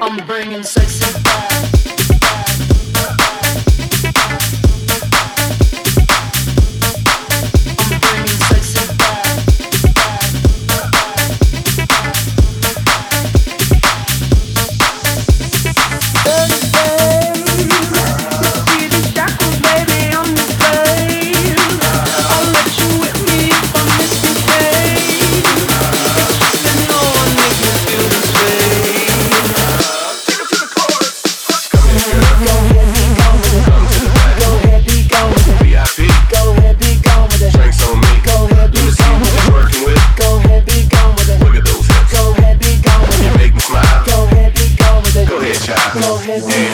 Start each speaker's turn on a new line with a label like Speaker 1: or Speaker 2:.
Speaker 1: I'm bringing sexy back. I'm bringing sexy back.
Speaker 2: VIP, drinks on me. Let me see what you're working with. Look at those hips. You make me smile. Go ahead, child. Yeah.